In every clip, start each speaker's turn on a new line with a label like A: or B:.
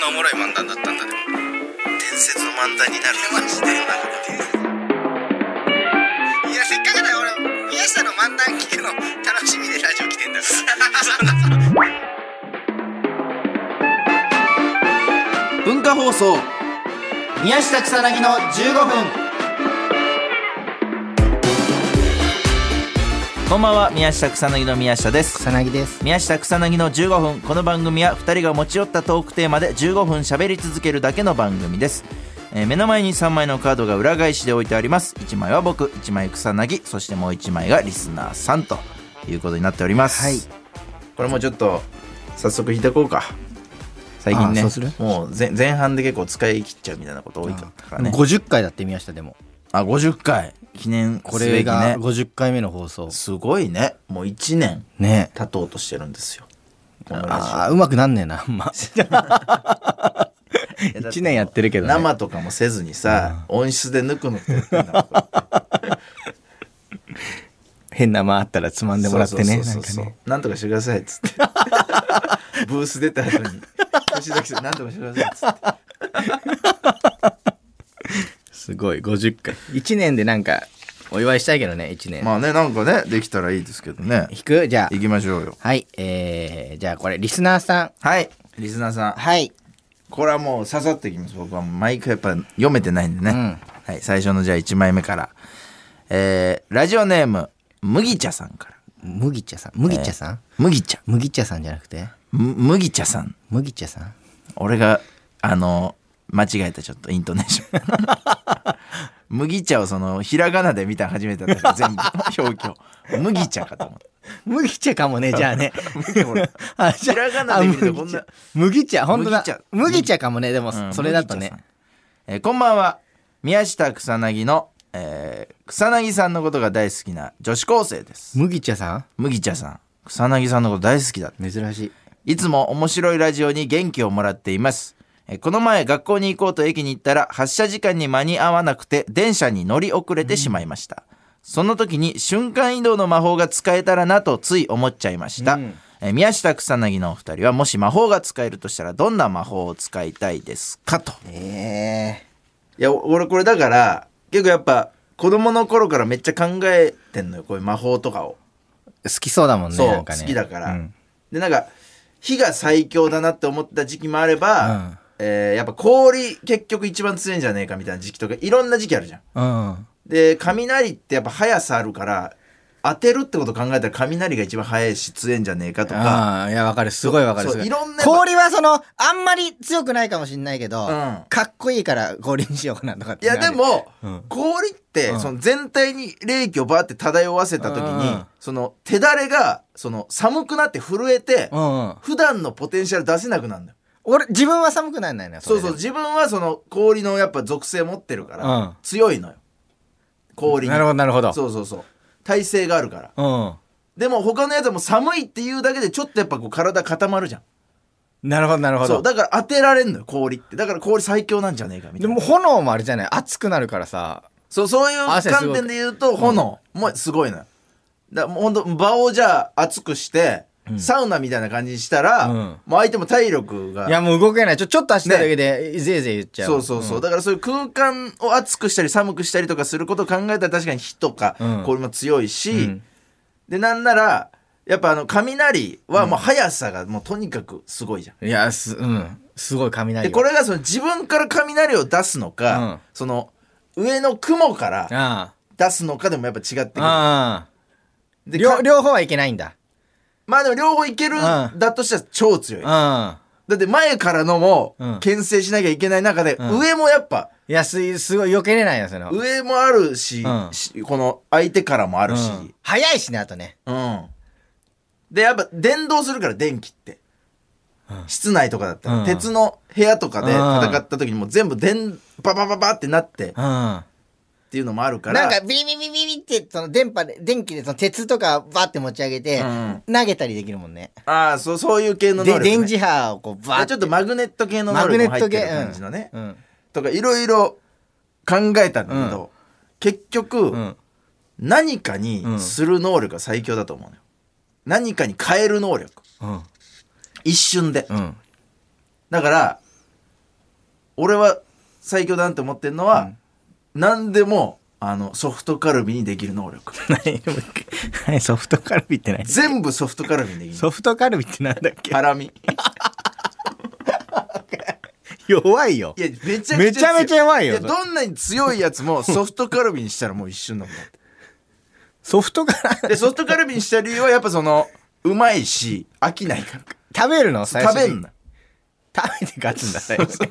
A: なおもろい漫談だったんだでも
B: 伝説の漫談になるマジでいやせっかくだよ俺宮下の漫談聞くの楽しみでラジオ来てんだから
C: 文化放送宮下草薙の15分こんばんは宮下草薙の宮下です
D: 草薙です
C: 宮下草薙の15分この番組は2人が持ち寄ったトークテーマで15分喋り続けるだけの番組です、えー目の前に3枚のカードが裏返しで置いてあります1枚は僕1枚草薙そしてもう1枚がリスナーさんということになっております、
D: はい
C: これもちょっと早速引いてこうか最近ね
D: あーそうする
C: もう前前半で結構使い切っちゃうみたいなこと多いからね
D: 50回だって宮下でも
C: あ50回記念
D: こ
C: これ
D: れ
C: が
D: が
C: ね
D: 50回目の放送
C: すごいねもう1年
D: ね
C: 経とうとしてるんですよこのラジオ
D: ああうまくなんねえなあんま
C: いや
D: 1年やってるけど、ね、
C: 生とかもせずにさ、音質で抜くのってやってんだから
D: 変な間あったらつまんでもらってね
C: そうそうそうそうなんとかしてくださいっつって ブース出た後に吉崎さんなんとかしてくださいっつって
D: すごい50回1年でなんかお祝いしたいけどね1年、
C: まあねなんかねできたらいいですけどね
D: 引くじゃあ
C: 行きましょうよ
D: はいえー、じゃあこれリスナーさん
C: はいリスナーさん
D: はい
C: これはもう刺さってきます僕は毎回やっぱ読めてないんでね、
D: うん
C: はい、最初のじゃあ1枚目からえー、ラジオネーム麦茶さんから
D: 麦茶さん麦茶さん、
C: 麦茶
D: 麦茶さんじゃなくて
C: む麦茶さん
D: 麦茶さん
C: 俺があの間違えたちょっとイントネーシ ョン麦茶をそのひらがなで見たの初めてだったから全部 表記を麦茶かと思っ
D: 麦茶かもねじゃあ ね
C: てほら
D: あじゃあ
C: ひらがなで見るとこんな
D: あ麦茶麦茶本当だ
C: 麦茶
D: 麦茶かもねでも
C: うん
D: それだと
C: 麦
D: ね
C: 茶さんえーこんばんは宮下草薙の、えー草薙さんのことが大好きな女子高生です
D: 麦茶さ
C: 麦茶さん草薙さんのこと大好きだ
D: ん珍しい
C: いつも面白いラジオに元気をもらっています。えーこの前学校に行こうと駅に行ったら発車時間に間に合わなくて電車に乗り遅れてしまいました。その時に瞬間移動の魔法が使えたらなとつい思っちゃいました。えー宮下草薙のお二人はもし魔法が使えるとしたらどんな魔法を使いたいですかと。
D: え
C: いや俺これだから結構やっぱ子供の頃からめっちゃ考えてんのよこういう魔法とかを。
D: え好きそうだもんね
C: そう、
D: なん
C: 好
D: かね
C: きだから、
D: うん
C: でなんか火が最強だなって思った時期もあれば、
D: うん
C: えーやっぱ氷結局一番強いんじゃねえかみたいな時期とかいろんな時期あるじゃん
D: うん
C: で雷ってやっぱ速さあるから当てるってこと考えたら雷が一番速いし強いんじゃねえかとか
D: ああいやわかるすごいわか
C: そ
D: る
C: う
D: すごい
C: いろんな
D: 氷はそのあんまり強くないかもしんないけど、
C: ん
D: かっこいいから氷にしようかなとかっ
C: い
D: て
C: やでも、
D: うん
C: 氷って、
D: うん
C: その全体に冷気をバーって漂わせた時に、
D: うん
C: その手だれがその寒くなって震えて、
D: うん、うん、
C: 普段のポテンシャル出せなくなるんだよ
D: 俺自分は寒くなんないのよ
C: そう
D: れで
C: そう自分はその氷のやっぱ属性持ってるから、
D: うん
C: 強いのよ氷に
D: なるほどなるほど
C: そうそうそう耐性があるから
D: う
C: でも他のやつはもう寒いっていうだけでちょっとやっぱこう体固まるじゃん
D: んなるほどなるほ
C: そう
D: ど
C: だから当てられんのよ氷ってだから氷最強なんじゃねえかみた
D: で
C: いな
D: も炎もあれじゃない熱くなるからさ
C: そうそういう
D: 汗すご
C: 観
D: い
C: 点で言うと炎もすごいのよだからもうほんと場をじゃあ熱くして、サウナみたいな感じにしたら、
D: うん
C: もう相手も体力が
D: いやもう動けないちょちょっと走っただけで、ぜいぜい言っちゃう
C: そうそうそう、
D: ん
C: だからそういう空間を暑くしたり寒くしたりとかすることを考えたら確かに火とか
D: うん
C: 氷も強いし、
D: うん
C: でなんならやっぱあの雷はもう速さがもうとにかくすごいじゃん。
D: いやすうんすごい雷
C: で
D: が
C: これがその自分から雷を出すのか、
D: うん
C: その上の雲から
D: あ
C: 出すのかでもやっぱ違って
D: あ
C: くる。
D: ああ
C: で
D: 両
C: か
D: 両方はいけないんだ
C: まあでも両方いける
D: うん
C: だとしたら超強い。
D: うん
C: だって前からのも
D: うん
C: 牽制しなきゃいけない中で、
D: うん
C: 上もやっぱ
D: いやすすごい避けれないよその
C: 上もあるし,、
D: うん
C: しこの相手からもあるし。
D: うん早いしねあとね
C: うん。で、やっぱ電動するから、電気って。室内とかだったら、
D: うん
C: 鉄の部屋とかで戦った時にもう全部電、ババババってなってっ
D: うんなん
C: ていうのもあるから。
D: かビリビリビリビリってその電波で電気でその鉄とかバって持ち上げて、
C: うん
D: 投げたりできるもんね
C: ああ、そう、そういう系の能
D: で
C: 力、ね。
D: 電磁波をこうバー
C: ちょっとマグネット系の能
D: マ
C: 力
D: グネ
C: も
D: ッ
C: 入っ
D: ト
C: て
D: 系
C: る感じのね。
D: うん
C: とか、いろいろ考えたんだけど、結局、
D: う んうん
C: 何かにする能力が最強だと思うのよ。何かに変える能力。
D: うん
C: 一瞬で。
D: うん
C: だから俺は最強だなって思ってるのは、何でもあのソフトカルビにできる能 力
D: 何もう一回何ソフトカルビって何
C: 全部ソフトカルビにできる
D: ソフトカルビってなんだっけ
C: ハラミ
D: 弱いよ
C: いやめちゃくちゃ強い
D: めちゃめちゃ弱いよ
C: やどんなに強いやつもソフトカルビにしたらもう一瞬だもんだって
D: ソフトカルビ
C: でソフトカルビにした理由はやっぱそのうまいし飽きないか
D: 食べるの
C: ら
D: 最
C: 食べ
D: 初
C: ん
D: に
C: な
D: 食べて勝つんだ最初に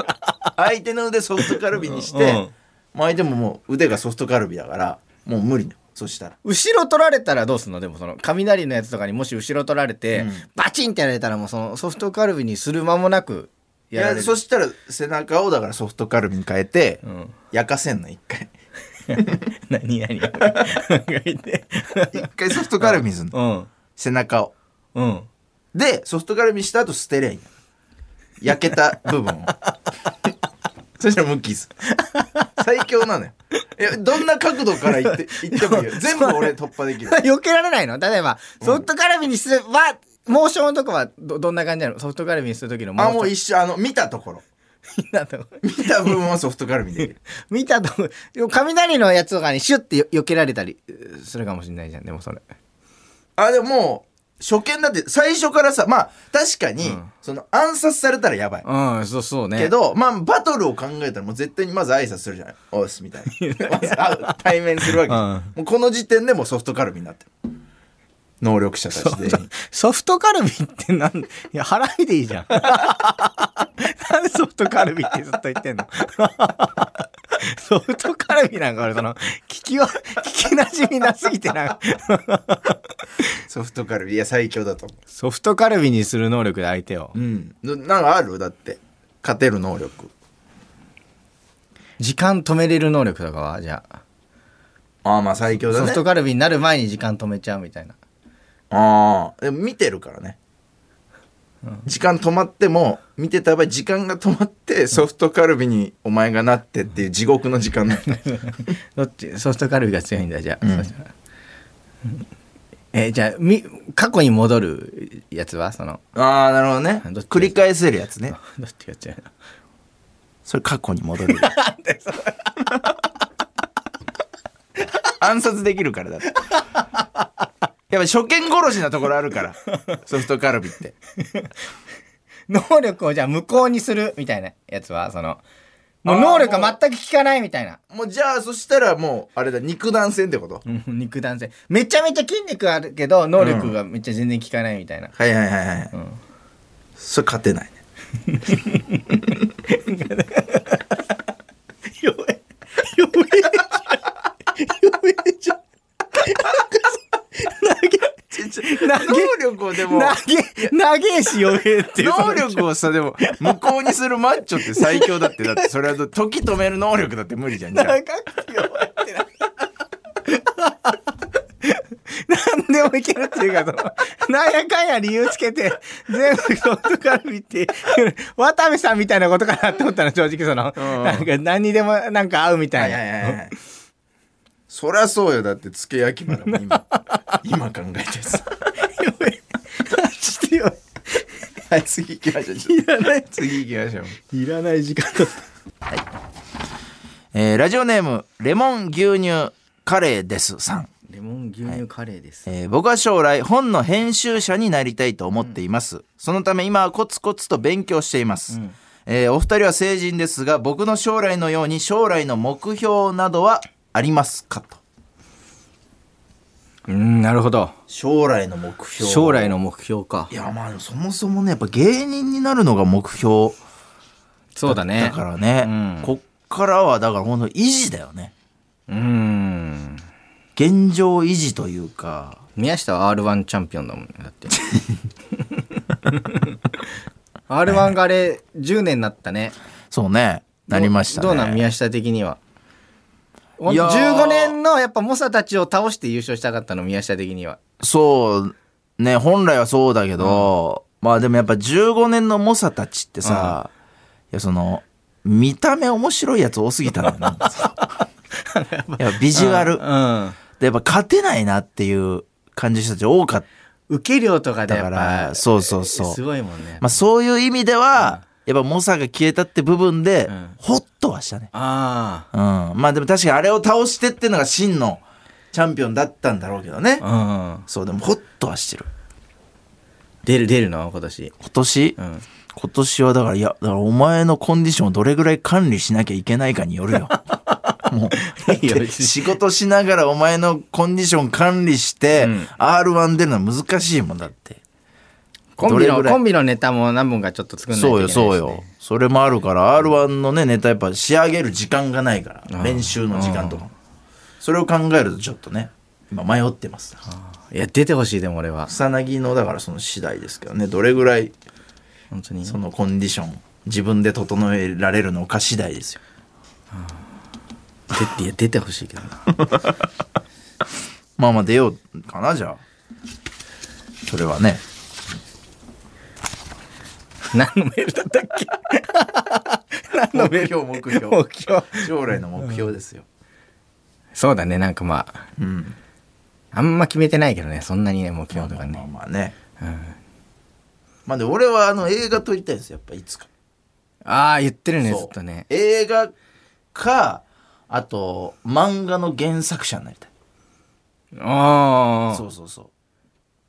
C: 相手の腕ソフトカルビにして、
D: うん
C: もう相手ももう腕がソフトカルビだからもう無理だよそしたら
D: 後ろ取られたらどうすんのでもその雷のやつとかにもし後ろ取られて、
C: うん
D: バチンってやられたらもうそのソフトカルビにする間もなく
C: い
D: やら
C: や
D: れる
C: そしたら背中をだからソフトカルビに変えて、
D: うん、
C: 焼かせんの一回
D: 何何考えて
C: 一回ソフトカルビにすんの
D: うん
C: 背中を
D: うん
C: でソフトカルビにした後捨てりゃいいの焼けた部分を そしたら無傷最強なのよいやどんな角度から言 って言ってもいいよ全部俺突破できる
D: 避けられないの例えばソフトカルビにすれば、モーションのとこはどどんな感じなのソフトカルビにする時のモー
C: あ
D: ション
C: もう一緒あの見たところ
D: みんなと
C: 見た部分はソフトカルビにできる
D: 見たとこ雷のやつとかにシュッてよ避けられたりうするかもしれないじゃんでもそれ
C: あでももう初見だって最初からさまあ確かに、
D: うん
C: その暗殺されたらやばい、
D: うんそうそうね
C: けどまあバトルを考えたらもう絶対にまず挨拶するじゃない「おっす」みたいなまず会う対面するわけ、
D: うん
C: もうこの時点でもうソフトカルビになってる能力者たちで
D: ソフトカルビって なん、いや、ハラミでいいじゃん。なんでソフトカルビってずっと言ってんの ソフトカルビなんか俺その、聞きは、聞きなじみなすぎてなんか、
C: ソフトカルビいや最強だと思
D: ソフトカルビにする能力で相手を
C: う。うんななんかあるだって勝てる能力
D: 時間止めれる能力とかはじゃあ、
C: ああまあ最強だ
D: ソ
C: ね
D: フトカルビになる前に時間止めちゃうみたいな。
C: ああでも見てるからね、時間止まっても見てた場合時間が止まってソフトカルビにお前がなってっていう地獄の時間だ
D: どっちソフトカルビが強いんだ、じゃあ。
C: うん
D: そしたら えじゃあみ、過去に戻るやつはその、
C: ああなるほどね
D: どっち
C: 繰り返せるやつね
D: どっちが強いの
C: それ過去に 戻る暗殺できるからだってやっぱ初見殺しなところあるから ソフトカルビって
D: 能力をじゃあ無効にするみたいなやつはそのもう能力が全く効かないみたいな
C: もうじゃあそしたらもうあれだ肉弾戦ってこと
D: うん肉弾性めちゃめちゃ筋肉あるけど能力がめっちゃ全然効かないみたいな、
C: はいはいはいはい、
D: ん
C: それ勝てないね
D: 弱え弱え弱えじゃん投げ
C: 能力をでも
D: げ投げし弱えって
C: 能力をさでも無効にするマッチョって最強だってだってそれはど時止める能力だって無理じゃんじゃあ
D: く弱いってな何でもいけるっていうかそのなんやかんや理由つけて全部ソフトカルビって渡部さんみたいなことかな って思ったの正直その、
C: うん
D: なんか何にでもなんか合うみたいな、
C: いそりゃそうよだってつけ焼きまだも今今考えてさ
D: 弱いマジで弱い
C: はい次行きましょうちょっと
D: ら ない
C: 次行きましょう
D: いらない時間だっ
C: えーラジオネームレモン牛乳カレーですさん
D: レモン牛乳カレーです、
C: えー僕は将来本の編集者になりたいと思っています、そのため今はコツコツと勉強しています、えーお二人は成人ですが僕の将来のように将来の目標などはありますかと
D: うんなるほど
C: 将来の目標
D: 将来の目標か
C: いやまあでもそもそもねやっぱ芸人になるのが目標
D: そうだね
C: だからね
D: うん
C: こっからはだから本当維持だよね
D: うん
C: 現状維持というか
D: 宮下は R1 チャンピオンだもんねだって R1 があれ10年になったね
C: そうねなりましたね
D: どうどうなん宮下的にはい
C: やー
D: 15年のやっぱ猛者たちを倒して優勝したかったの宮下的には
C: そうね本来はそうだけど、まあでもやっぱ15年の猛者たちってさ、いやその見た目面白いやつ多すぎたのよなん かさいやビジュアル、
D: う
C: で
D: ん
C: やっぱ勝てないなっていう感じの人たち多かっ
D: 受け量とかで
C: た
D: や
C: か
D: っぱ
C: らそうそうそう
D: すごいもんね、
C: まあ、そういう意味では、やっぱ猛者が消えたって部分で、
D: ん
C: ホッとはしたね。
D: あ
C: うん。まあでも確かにあれを倒してってのが真のチャンピオンだったんだろうけどね。
D: あ。うん。
C: そう、でもホッとはしてる。
D: 出る出るな、今年。
C: 今年、
D: うん。
C: 今年はだから、いや、だからお前のコンディションをどれぐらい管理しなきゃいけないかによる よ。もう、だっ
D: いや
C: て
D: 別に
C: 仕事しながらお前のコンディション管理して、
D: うん
C: R1 出るのは難しいもんだって。
D: コンビ
C: どれぐ
D: の、
C: らい
D: コンビのネタも何本かちょっと作んない
C: そ
D: と
C: う
D: いけない
C: よ、
D: しね
C: そうよ。。それもあるから、R1 のね、ネタやっぱ仕上げる時間がないから、練習の時間とかも。それを考えるとちょっとね、今迷ってます。
D: いや、出てほしい、でも俺は。
C: 草薙のだからその次第ですけどね、どれぐらい
D: 本当に。
C: そのコンディション、自分で整えられるのか次第ですよ。
D: 出ていや出てほしいけどな。
C: まあまあ出ようかな、じゃあ。それはね。
D: 何のメールだったっけ何のメー
C: 目
D: ル
C: 標、目標。
D: 目標。
C: 将来の目標ですよ。
D: そうだね、なんかまあ、
C: うん。
D: あんま決めてないけどね、そんなにね、目標とか
C: まあ
D: ね。
C: まあね。
D: うん
C: まあで、俺はあの映画撮りたいんですよ、やっぱいつか。
D: ああ、言ってるね、
C: そう
D: ずっとね。
C: 映画か、あと、漫画の原作者になりたい。
D: あ
C: そ
D: あ
C: う、そうそう。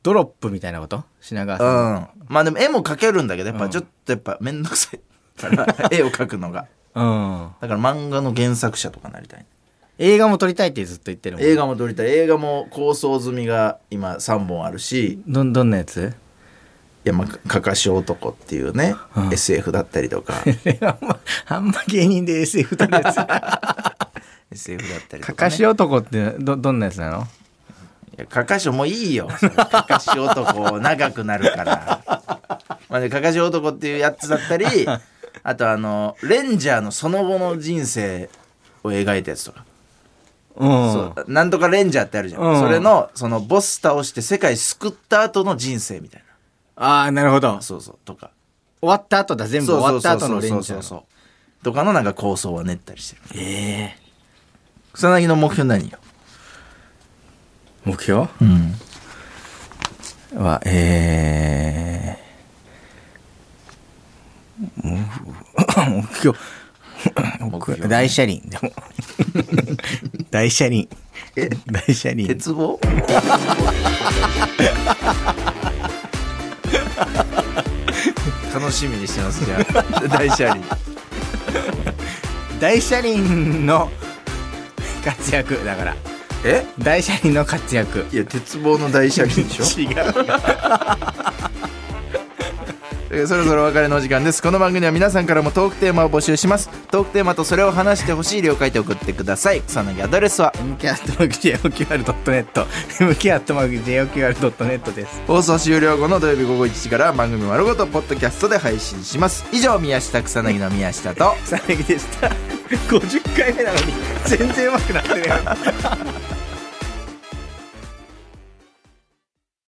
D: ドロップみたいなこと品川
C: う
D: さん。
C: ん。まあでも絵も描けるんだけど、やっぱちょっとやっぱめんどくさい から、絵を描くのが。
D: うん。
C: だから漫画の原作者とかなりたい。
D: 映画も撮りたいってずっと言ってるもん。
C: 映画も撮りたい。映画も構想済みが今3本あるし、
D: ど、どんなやつ
C: いやまあかかかし男っていうね、
D: うん
C: SF だったりと か
D: あんま、あんま芸人で SF 撮るやつ。
C: SF だったりとか、ね、
D: かかし男ってど、どんなやつなの
C: いやかかしもうい いよそれかかし男長くなるからまあねかかし男っていうやつだった りあとあのレンジャーのその後の人生を描いたやつとか、
D: うん。
C: そうなんとかレンジャーってあるじゃん、
D: うん
C: それのそのボス倒して世界救った後の人生みたい
D: ああ、なるほ
C: な
D: ど。終
C: そうそうとか
D: わった後だ、全部終わった後のレ
C: そ
D: ン
C: う
D: ジャ
C: そうそうそう
D: ー
C: そ
D: の。
C: うとかのなんか構想は練ったりしてる
D: ええ
C: 草薙の目標何よ、
D: 目標
C: うん
D: は、えー、目標、目
C: 目
D: 標、
C: 標
D: 大車輪、でも。大車輪。
C: え
D: 大車輪。
C: 鉄棒 楽しみにしてますじゃあ大車輪
D: 大車輪の活躍、だから。
C: え
D: 大車輪の活躍。
C: いや鉄棒の大車輪 でしょ
D: 違う。
C: えーそろそろお別れのお時間ですこの番組では皆さんからもトークテーマを募集しますトークテーマとそれを話してほしい了解て送ってください草薙アドレスは
D: mk.joqr.net。mk.joqr.net です。
C: 放送終了後の土曜日午後1時から番組丸ごとポッドキャストで配信します以上宮下草薙の宮下と
D: 佐々木でした。50回目なのに、全然うまくなってねえ。